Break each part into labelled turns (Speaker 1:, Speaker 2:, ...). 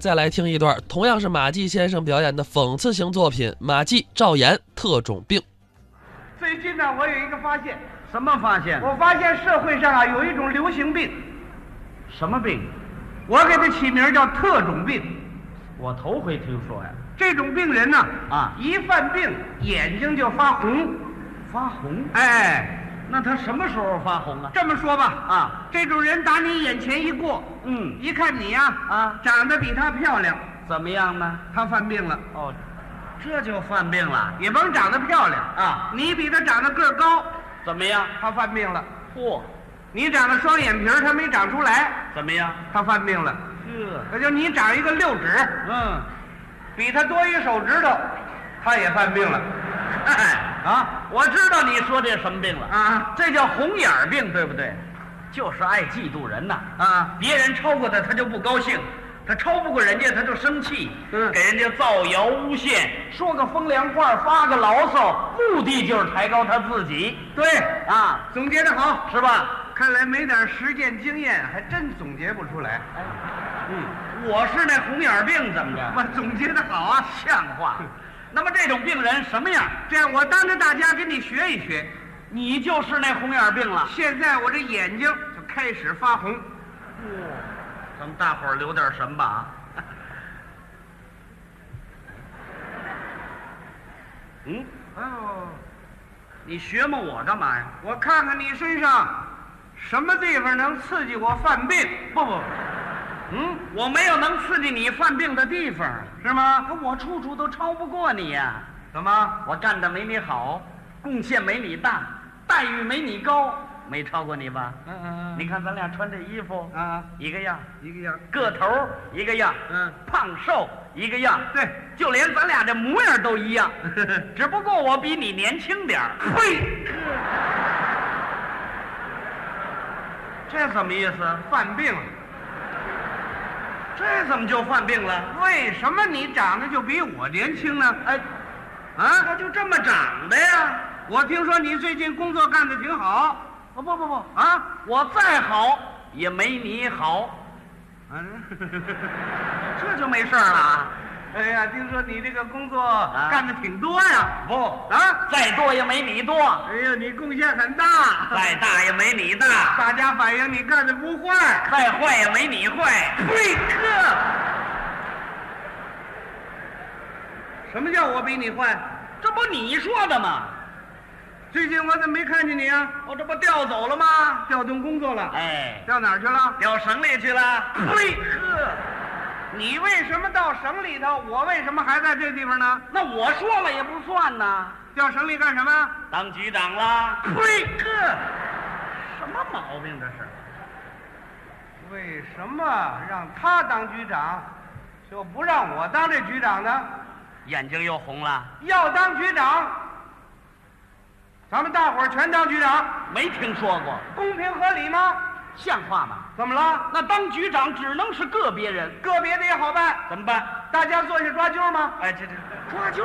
Speaker 1: 再来听一段，同样是马季先生表演的讽刺型作品《马季赵岩特种病》。
Speaker 2: 最近呢，我有一个发现，
Speaker 3: 什么发现？
Speaker 2: 我发现社会上啊有一种流行病，
Speaker 3: 什么病？
Speaker 2: 我给它起名叫特种病。
Speaker 3: 我头回听说呀。
Speaker 2: 这种病人呢，
Speaker 3: 啊
Speaker 2: 一犯病眼睛就发红，
Speaker 3: 发红？
Speaker 2: 哎，
Speaker 3: 那他什么时候发红啊？
Speaker 2: 这么说吧，
Speaker 3: 啊，
Speaker 2: 这种人打你眼前一过，
Speaker 3: 嗯，
Speaker 2: 一看你呀、
Speaker 3: 啊
Speaker 2: 长得比他漂亮，
Speaker 3: 怎么样呢？
Speaker 2: 他犯病了，
Speaker 3: 哦，这就犯病了？
Speaker 2: 也甭长得漂亮
Speaker 3: 啊
Speaker 2: 你比他长得个儿高，
Speaker 3: 怎么样？
Speaker 2: 他犯病了，
Speaker 3: 嚯，
Speaker 2: 你长得双眼皮儿，他没长出来，
Speaker 3: 怎么样？
Speaker 2: 他犯病了。
Speaker 3: 这，
Speaker 2: 可就你长一个六指，
Speaker 3: 嗯，
Speaker 2: 比他多一手指头，他也犯病了。
Speaker 3: 哎，
Speaker 2: 啊
Speaker 3: 我知道你说这什么病了，
Speaker 2: 啊
Speaker 3: 这叫红眼儿病，对不对？就是爱嫉妒人呐。
Speaker 2: 啊！
Speaker 3: 别人超过他，他就不高兴；他超不过人家，他就生气，
Speaker 2: 嗯
Speaker 3: 给人家造谣诬陷，说个风凉话，发个牢骚，目的就是抬高他自己
Speaker 2: 对，
Speaker 3: 啊，
Speaker 2: 总结的好，
Speaker 3: 是吧？
Speaker 2: 看来没点实践经验，还真总结不出来。
Speaker 3: 嗯，哎我是那红眼儿病，怎么
Speaker 2: 我
Speaker 3: 着？
Speaker 2: 总结的好啊！
Speaker 3: 像话。 那么这种病人什么样？
Speaker 2: 这样，啊我当着大家跟你学一学。
Speaker 3: 你就是那红眼儿病了。
Speaker 2: 现在我这眼睛就开始发红，
Speaker 3: 咱们大伙儿留点神吧啊！嗯，
Speaker 2: 哎呦，
Speaker 3: 你学摸我干嘛呀？
Speaker 2: 我看看你身上什么地方能刺激我犯病，
Speaker 3: 不不，嗯，我没有能刺激你犯病的地方，
Speaker 2: 是吗？
Speaker 3: 可我处处都超不过你呀、
Speaker 2: 怎么？
Speaker 3: 我干的没你好，贡献没你大，待遇没你高，没超过你吧？
Speaker 2: 嗯嗯
Speaker 3: 你看咱俩穿这衣服，
Speaker 2: 啊，
Speaker 3: 一个样，
Speaker 2: 一个样。
Speaker 3: 个头儿一个样，
Speaker 2: 嗯，
Speaker 3: 胖瘦一个样，
Speaker 2: 对，
Speaker 3: 就连咱俩这模样都一 样，只不过我比你年轻点儿。
Speaker 2: 呸！
Speaker 3: 这什么意思？
Speaker 2: 犯病了。
Speaker 3: 这怎么就犯病了？
Speaker 2: 为什么你长得就比我年轻呢？
Speaker 3: 哎，
Speaker 2: 啊，
Speaker 3: 他就这么长的呀？
Speaker 2: 我听说你最近工作干得挺好
Speaker 3: 哦不不不，
Speaker 2: 啊。
Speaker 3: 我再好也没你好，
Speaker 2: 嗯，
Speaker 3: 这就没事儿了啊。
Speaker 2: 哎呀，听说你这个工作
Speaker 3: 啊
Speaker 2: 干得挺多呀。
Speaker 3: 不
Speaker 2: 啊，
Speaker 3: 再多也没你多，
Speaker 2: 哎呀，你贡献很大，
Speaker 3: 再大也没你大，
Speaker 2: 大家反映你干得不坏。
Speaker 3: 再坏也没你坏。
Speaker 2: 贵客，什么叫我比你坏？
Speaker 3: 这不你说的吗？
Speaker 2: 最近我怎么没看见你啊？
Speaker 3: 哦我这不调走了吗？
Speaker 2: 调动工作了，
Speaker 3: 哎，
Speaker 2: 调哪儿去了？
Speaker 3: 调省里去了。
Speaker 2: 贵客，你为什么到省里头？我为什么还在这地方呢？
Speaker 3: 那我说了也不算呐，
Speaker 2: 调省里干什么？
Speaker 3: 当局长啦。
Speaker 2: 贵客，
Speaker 3: 什么毛病这是？
Speaker 2: 为什么让他当局长，就不让我当这局长呢？
Speaker 3: 眼睛又红了？
Speaker 2: 要当局长，咱们大伙儿全当局长，
Speaker 3: 没听说过，
Speaker 2: 公平合理吗？
Speaker 3: 像话吗？
Speaker 2: 怎么了？
Speaker 3: 那当局长只能是个别人，
Speaker 2: 个别的也好办，
Speaker 3: 怎么办？
Speaker 2: 大家坐下抓阄吗？
Speaker 3: 哎，这这
Speaker 2: 抓阄，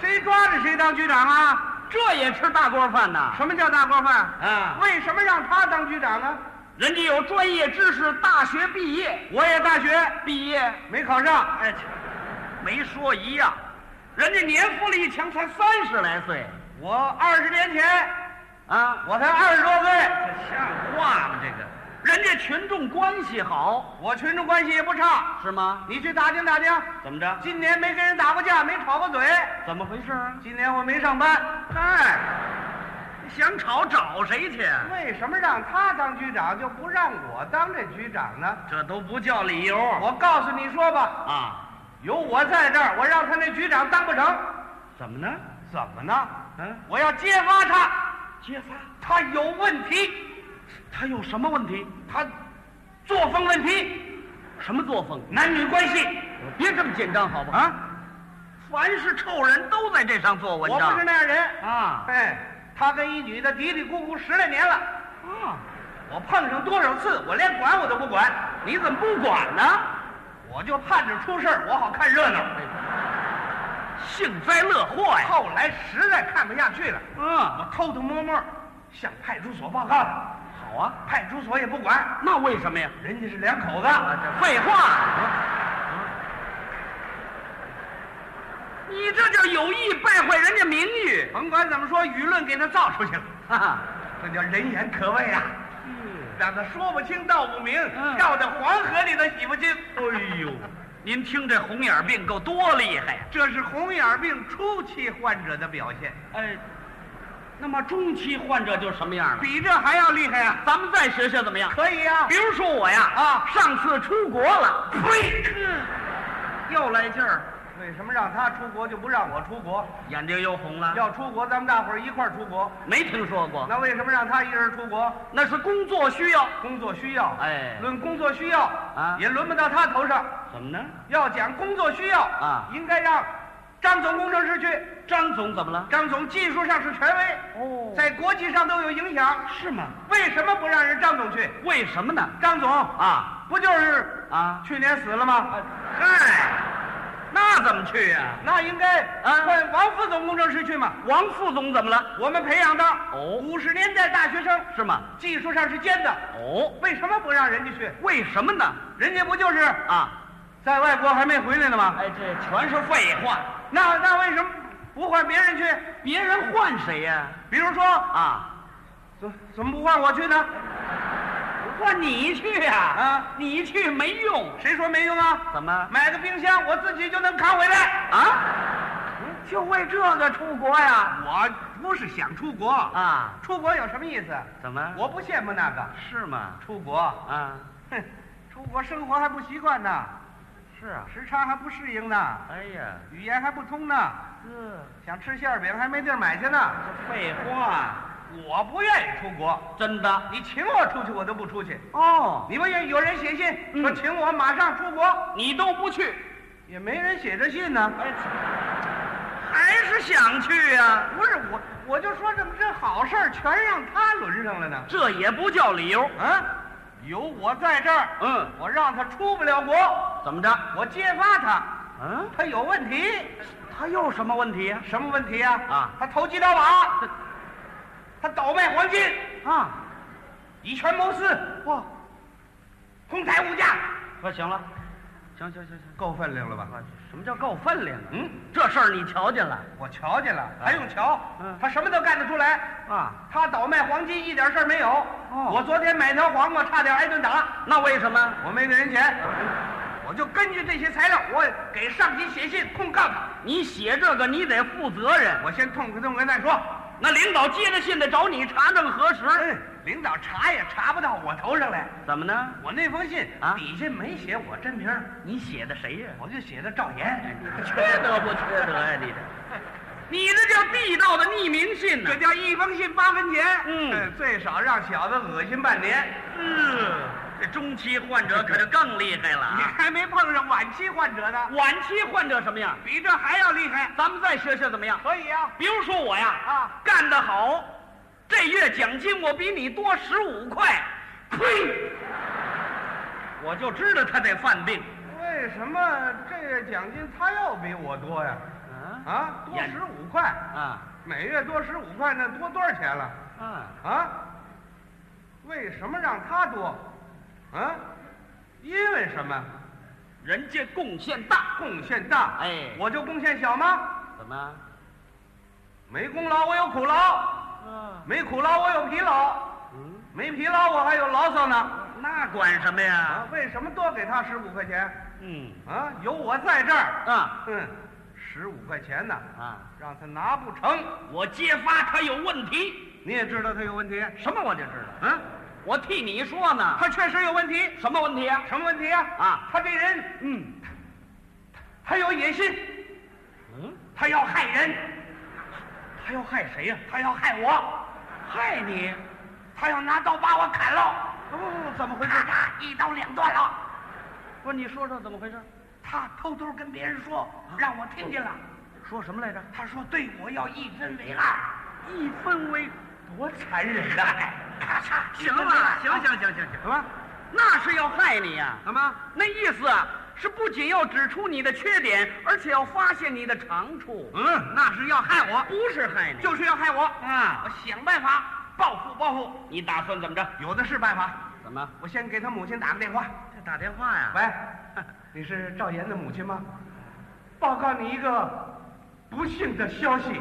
Speaker 2: 谁抓着谁当局长啊？
Speaker 3: 这也吃大锅饭呐！
Speaker 2: 什么叫大锅饭？
Speaker 3: 啊，
Speaker 2: 为什么让他当局长呢？
Speaker 3: 人家有专业知识，大学毕业，
Speaker 2: 我也大学
Speaker 3: 毕业，
Speaker 2: 没考上，
Speaker 3: 哎，没说一样，人家年富力强，才三十来岁，
Speaker 2: 我
Speaker 3: 哦
Speaker 2: 二十年前
Speaker 3: 啊，
Speaker 2: 我才二十多岁，
Speaker 3: 像话吗？这个，人家群众关系好，
Speaker 2: 我群众关系也不差。
Speaker 3: 是吗？
Speaker 2: 你去打听打听，
Speaker 3: 怎么着？
Speaker 2: 今年没跟人打过架，没吵过嘴。
Speaker 3: 怎么回事啊？
Speaker 2: 今年我没上班，哎，
Speaker 3: 想吵找谁去？
Speaker 2: 为什么让他当局长就不让我当这局长呢？
Speaker 3: 这都不叫理由
Speaker 2: 我告诉你说吧，
Speaker 3: 啊？
Speaker 2: 有我在这儿，我让他那局长当不成，
Speaker 3: 怎么呢？
Speaker 2: 怎么呢？
Speaker 3: 嗯，
Speaker 2: 我要揭发他，
Speaker 3: 揭发
Speaker 2: 他有问题，
Speaker 3: 他有什么问题？
Speaker 2: 他作风问题，
Speaker 3: 什么作风？
Speaker 2: 男女关系
Speaker 3: 别这么紧张好不好？
Speaker 2: 啊，
Speaker 3: 凡是臭人都在这上做文
Speaker 2: 我
Speaker 3: 章。
Speaker 2: 不是那样人。
Speaker 3: 啊
Speaker 2: 哎，他跟一女的嘀嘀咕咕十来年了。
Speaker 3: 啊！
Speaker 2: 我碰上多少次，我连管我都不管，
Speaker 3: 你怎么不管呢？
Speaker 2: 我就盼着出事儿，我好看热闹。
Speaker 3: 幸灾乐祸呀！
Speaker 2: 后来实在看不下去了，啊我
Speaker 3: 嗯，
Speaker 2: 偷偷摸摸向派出所报告了，
Speaker 3: 好啊。
Speaker 2: 派出所也不管，
Speaker 3: 那为什么呀？啊
Speaker 2: 人家是两口子，
Speaker 3: 废话，是有意败坏人家名誉。
Speaker 2: 甭管怎么说，舆论给他造出去了，
Speaker 3: 哈哈，
Speaker 2: 这叫人言可畏啊！让他说不清道不明，
Speaker 3: 嗯
Speaker 2: 绕到黄河里他洗不清。哎呦，
Speaker 3: 您听这红眼病够多厉害呀、
Speaker 2: 这是红眼病初期患者的表现，
Speaker 3: 哎，那么中期患者就什么样了？
Speaker 2: 比这还要厉害啊！
Speaker 3: 咱们再学学怎么样？
Speaker 2: 可以啊
Speaker 3: 比，如说我呀，
Speaker 2: 啊
Speaker 3: 上次出国了，呸，又来劲儿，
Speaker 2: 为什么让他出国就不让我出国？
Speaker 3: 眼睛又红了。
Speaker 2: 要出国，咱们大伙儿一块儿出国。
Speaker 3: 没听说过，
Speaker 2: 那为什么让他一人出国？
Speaker 3: 那是工作需要。
Speaker 2: 工作需要，
Speaker 3: 哎
Speaker 2: 论工作需要
Speaker 3: 啊
Speaker 2: 也轮不到他头上。
Speaker 3: 怎么呢？
Speaker 2: 要讲工作需要
Speaker 3: 啊
Speaker 2: 应该让张总工程师去。
Speaker 3: 张总怎么了？
Speaker 2: 张总技术上是权威，
Speaker 3: 哦
Speaker 2: 在国际上都有影响。
Speaker 3: 是吗？
Speaker 2: 为什么不让人张总去？
Speaker 3: 为什么呢？
Speaker 2: 张总
Speaker 3: 啊
Speaker 2: 不就是
Speaker 3: 啊，
Speaker 2: 去年死了吗？
Speaker 3: 嗨，那怎么去呀、
Speaker 2: 那应该
Speaker 3: 啊
Speaker 2: 换王副总工程师去嘛。
Speaker 3: 王副总怎么了？
Speaker 2: 我们培养的
Speaker 3: 哦
Speaker 2: 五十年代大学生，
Speaker 3: 是吗？
Speaker 2: 技术上是尖的，
Speaker 3: 哦，
Speaker 2: 为什么不让人家去？
Speaker 3: 为什么呢？
Speaker 2: 人家不就是
Speaker 3: 啊，
Speaker 2: 在外国还没回来呢吗？
Speaker 3: 哎，这全是废话。
Speaker 2: 那那为什么不换别人去？
Speaker 3: 别人换谁呀、
Speaker 2: 比如说，
Speaker 3: 啊，
Speaker 2: 怎怎么不换我去呢？
Speaker 3: 换你去呀、
Speaker 2: 啊
Speaker 3: 你去没用。
Speaker 2: 谁说没用啊？
Speaker 3: 怎么
Speaker 2: 买个冰箱，我自己就能扛回来。
Speaker 3: 啊？就为这个出国呀？
Speaker 2: 我不是想出国，
Speaker 3: 啊？
Speaker 2: 出国有什么意思？
Speaker 3: 怎么
Speaker 2: 我不羡慕那个
Speaker 3: 是吗？
Speaker 2: 出国，
Speaker 3: 啊，
Speaker 2: 哼，出国生活还不习惯呢，
Speaker 3: 是啊。
Speaker 2: 时差还不适应呢，
Speaker 3: 哎呀，
Speaker 2: 语言还不通呢，
Speaker 3: 这
Speaker 2: 想吃馅儿饼还没地儿买去呢。
Speaker 3: 废话，
Speaker 2: 我不愿意出国，
Speaker 3: 真的
Speaker 2: 你请我出去我都不出去。
Speaker 3: 哦。
Speaker 2: 你们有有人写信说
Speaker 3: 嗯
Speaker 2: 请我马上出国，
Speaker 3: 你都不去，
Speaker 2: 也没人写这信呢。
Speaker 3: 还是想去呀、
Speaker 2: 不是我，我就说怎么这好事儿全让他轮上了呢？
Speaker 3: 这也不叫理由。
Speaker 2: 啊，有我在这儿，
Speaker 3: 嗯，
Speaker 2: 我让他出不了国，
Speaker 3: 怎么着？
Speaker 2: 我揭发他，
Speaker 3: 嗯，
Speaker 2: 他有问题。
Speaker 3: 他又什么问题呀、
Speaker 2: 什么问题呀、
Speaker 3: 啊
Speaker 2: 他投机倒把，他倒卖黄金，
Speaker 3: 啊？
Speaker 2: 以权谋私，
Speaker 3: 哇，
Speaker 2: 哄抬物价，
Speaker 3: 那行了，行行行行，
Speaker 2: 够分量了吧？
Speaker 3: 什么叫够分量啊？
Speaker 2: 嗯，
Speaker 3: 这事儿你瞧见了
Speaker 2: 我瞧见了，还用瞧？
Speaker 3: 嗯
Speaker 2: 他什么都干得出来。
Speaker 3: 啊？哦
Speaker 2: 他倒卖黄金一点事儿没有。我昨天买条黄瓜差点挨顿打。
Speaker 3: 那为什么？
Speaker 2: 我没给人钱，我就根据这些材料，我给上级写信控告他。
Speaker 3: 你写这个你得负责任。
Speaker 2: 我先痛快痛快再说。
Speaker 3: 那领导接着信得找你查证核实。
Speaker 2: 嗯，领导查也查不到我头上来。
Speaker 3: 怎么呢？
Speaker 2: 我那封信
Speaker 3: 啊
Speaker 2: 底下没写我真名儿，
Speaker 3: 你写的谁呀、
Speaker 2: 我就写的赵岩。
Speaker 3: 缺德不缺德呀、你这，你这叫地道的匿名信呢、
Speaker 2: 这叫一封信八分钱，
Speaker 3: 嗯
Speaker 2: 呃最少让小子恶心半年。
Speaker 3: 嗯，这中期患者可就更厉害了
Speaker 2: 你
Speaker 3: 啊！
Speaker 2: 还没碰上晚期患者呢，
Speaker 3: 晚期患者什么样？
Speaker 2: 比这还要厉害。
Speaker 3: 咱们再学学怎么样？
Speaker 2: 可以啊，
Speaker 3: 比如说我呀，
Speaker 2: 啊，
Speaker 3: 干得好，这月奖金我比你多十五块。呸！我就知道他得犯病。
Speaker 2: 为什么这个奖金他要比我多呀？
Speaker 3: 啊
Speaker 2: 啊，多
Speaker 3: 眼
Speaker 2: 十五块。
Speaker 3: 啊
Speaker 2: 每月多十五块，那多多少钱了？
Speaker 3: 啊！
Speaker 2: 啊？为什么让他多？啊？因为什么？
Speaker 3: 人家贡献大，
Speaker 2: 贡献大，
Speaker 3: 哎
Speaker 2: 我就贡献小吗？
Speaker 3: 怎么？
Speaker 2: 没功劳我有苦劳，
Speaker 3: 啊，
Speaker 2: 没苦劳我有疲劳，
Speaker 3: 嗯，
Speaker 2: 没疲劳我还有牢骚呢。
Speaker 3: 那管什么
Speaker 2: 啊
Speaker 3: 呀？，
Speaker 2: 为什么多给他十五块钱？
Speaker 3: 嗯
Speaker 2: 啊，有我在这儿，
Speaker 3: 啊
Speaker 2: 哼，十五块钱呢，
Speaker 3: 啊！
Speaker 2: 让他拿不成。
Speaker 3: 我揭发他有问题，
Speaker 2: 你也知道他有问题，
Speaker 3: 什么我就知道。
Speaker 2: 啊，
Speaker 3: 我替你说呢。
Speaker 2: 他确实有问题。
Speaker 3: 什么问题啊？
Speaker 2: 什么问题啊？
Speaker 3: 啊
Speaker 2: 他这人
Speaker 3: 嗯
Speaker 2: 他有野心，
Speaker 3: 嗯，
Speaker 2: 他要害人，
Speaker 3: 他要害谁呀、
Speaker 2: 他要害我，
Speaker 3: 害你？
Speaker 2: 他要拿刀把我砍了，
Speaker 3: 不不不，怎么回事？
Speaker 2: 咔嚓一刀两断了。
Speaker 3: 不是，你说说怎么回事？啊
Speaker 2: 他偷偷跟别人说，啊让我听见了。
Speaker 3: 说什么来着？
Speaker 2: 他说对我要一分为二，
Speaker 3: 一分为
Speaker 2: 啊多残忍啊！ 咔嚓，
Speaker 3: 行了，行行
Speaker 2: 行，
Speaker 3: 行行行，
Speaker 2: 怎么
Speaker 3: 那是要害你呀、
Speaker 2: 怎么？
Speaker 3: 那意思啊，是不仅要指出你的缺点，而且要发现你的长处，
Speaker 2: 嗯，那是要害我，
Speaker 3: 不是害你。
Speaker 2: 就是要害我。
Speaker 3: 啊
Speaker 2: 我，想办法报复报复，
Speaker 3: 你打算怎么着？
Speaker 2: 有的是办法。
Speaker 3: 怎么？
Speaker 2: 我先给他母亲打个电话。
Speaker 3: 这打电话呀？
Speaker 2: 喂，你是赵岩的母亲吗？报告你一个不幸的消息，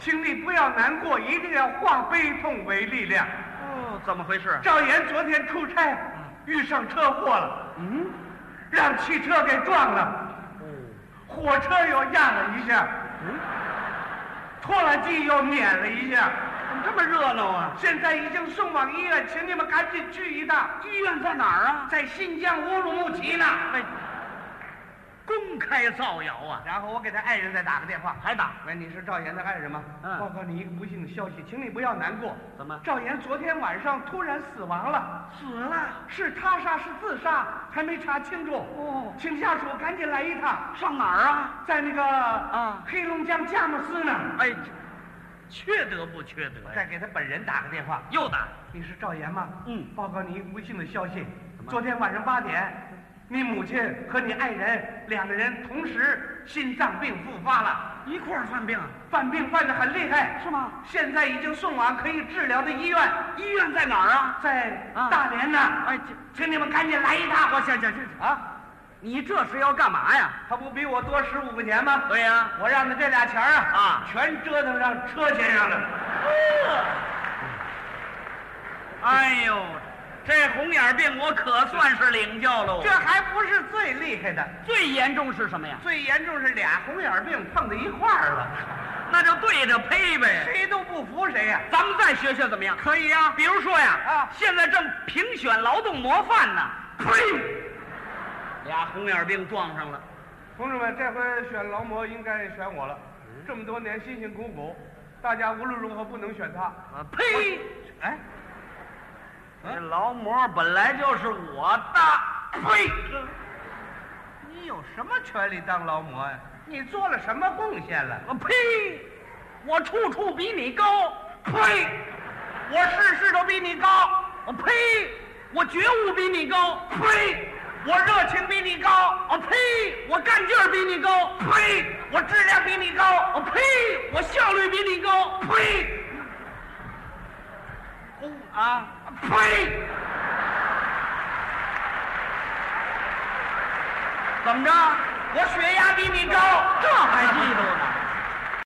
Speaker 2: 请你不要难过，一定要化悲痛为力量。
Speaker 3: 哦，怎么回事？
Speaker 2: 赵岩昨天出差，遇上车祸了，
Speaker 3: 嗯，
Speaker 2: 让汽车给撞了，火车又压了一下，
Speaker 3: 嗯，
Speaker 2: 拖拉机又碾了一下，
Speaker 3: 怎么这么热闹啊？
Speaker 2: 现在已经送往医院，请你们赶紧去一趟，
Speaker 3: 医院在哪儿啊？
Speaker 2: 在新疆乌鲁木齐呢。
Speaker 3: 哎，公开造谣啊！
Speaker 2: 然后我给他爱人再打个电话，
Speaker 3: 还打？
Speaker 2: 喂，你是赵岩的爱人吗？
Speaker 3: 嗯
Speaker 2: 报告你一个不幸的消息，请你不要难过。
Speaker 3: 怎么
Speaker 2: 赵岩昨天晚上突然死亡了，
Speaker 3: 死了？
Speaker 2: 是他杀是自杀，还没查清楚。
Speaker 3: 哦，
Speaker 2: 请下属赶紧来一趟，
Speaker 3: 上哪儿啊？
Speaker 2: 在那个
Speaker 3: 啊
Speaker 2: 黑龙江佳木斯呢。
Speaker 3: 哎，缺德不缺德
Speaker 2: 再
Speaker 3: 呀？
Speaker 2: 给他本人打个电话。
Speaker 3: 又打？
Speaker 2: 你是赵岩吗？
Speaker 3: 嗯
Speaker 2: 报告你一个不幸的消息
Speaker 3: 怎，么
Speaker 2: 昨天晚上八点，你母亲和你爱人两个人同时心脏病复发了，
Speaker 3: 一块儿犯病？
Speaker 2: 犯病犯得很厉害。
Speaker 3: 是吗？
Speaker 2: 现在已经送往可以治疗的医院，
Speaker 3: 医院在哪儿啊？
Speaker 2: 在
Speaker 3: 啊
Speaker 2: 大连呢。
Speaker 3: 哎，这
Speaker 2: 请你们赶紧来一趟！
Speaker 3: 我想想想想，
Speaker 2: 啊，
Speaker 3: 你这是要干嘛呀？
Speaker 2: 他不比我多十五块钱吗？
Speaker 3: 对呀、
Speaker 2: 我让他这俩钱儿啊，
Speaker 3: 啊
Speaker 2: 全折腾让车先生了。
Speaker 3: 哎呦，这红眼病我可算是领教喽
Speaker 2: 这。还不是最厉害的，
Speaker 3: 最严重是什么呀？
Speaker 2: 最严重是俩红眼病碰在一块儿了，
Speaker 3: 那就对着呸呗。
Speaker 2: 谁都不服谁呀、
Speaker 3: 咱们再学学怎么样？可以呀、比如说呀，
Speaker 2: 啊
Speaker 3: 现在正评选劳动模范呢。呸！俩红眼病撞上了，
Speaker 2: 同志们，这回选劳模应该选我了，这么多年辛辛苦苦，大家无论如何不能选他。
Speaker 3: 啊呸！
Speaker 2: 哎，
Speaker 3: 这劳模本来就是我的，呸！
Speaker 2: 你有什么权利当劳模呀、你做了什么贡献了？
Speaker 3: 我啊呸！我处处比你高，呸！我事事都比你高，我呸！我觉悟比你高，呸！我热情比你高，我呸！我干劲儿比你高，呸！我质量比你高，我呸！我效率比你高，呸！啊，呸！怎么着？我血压比你高，这还嫉妒呢？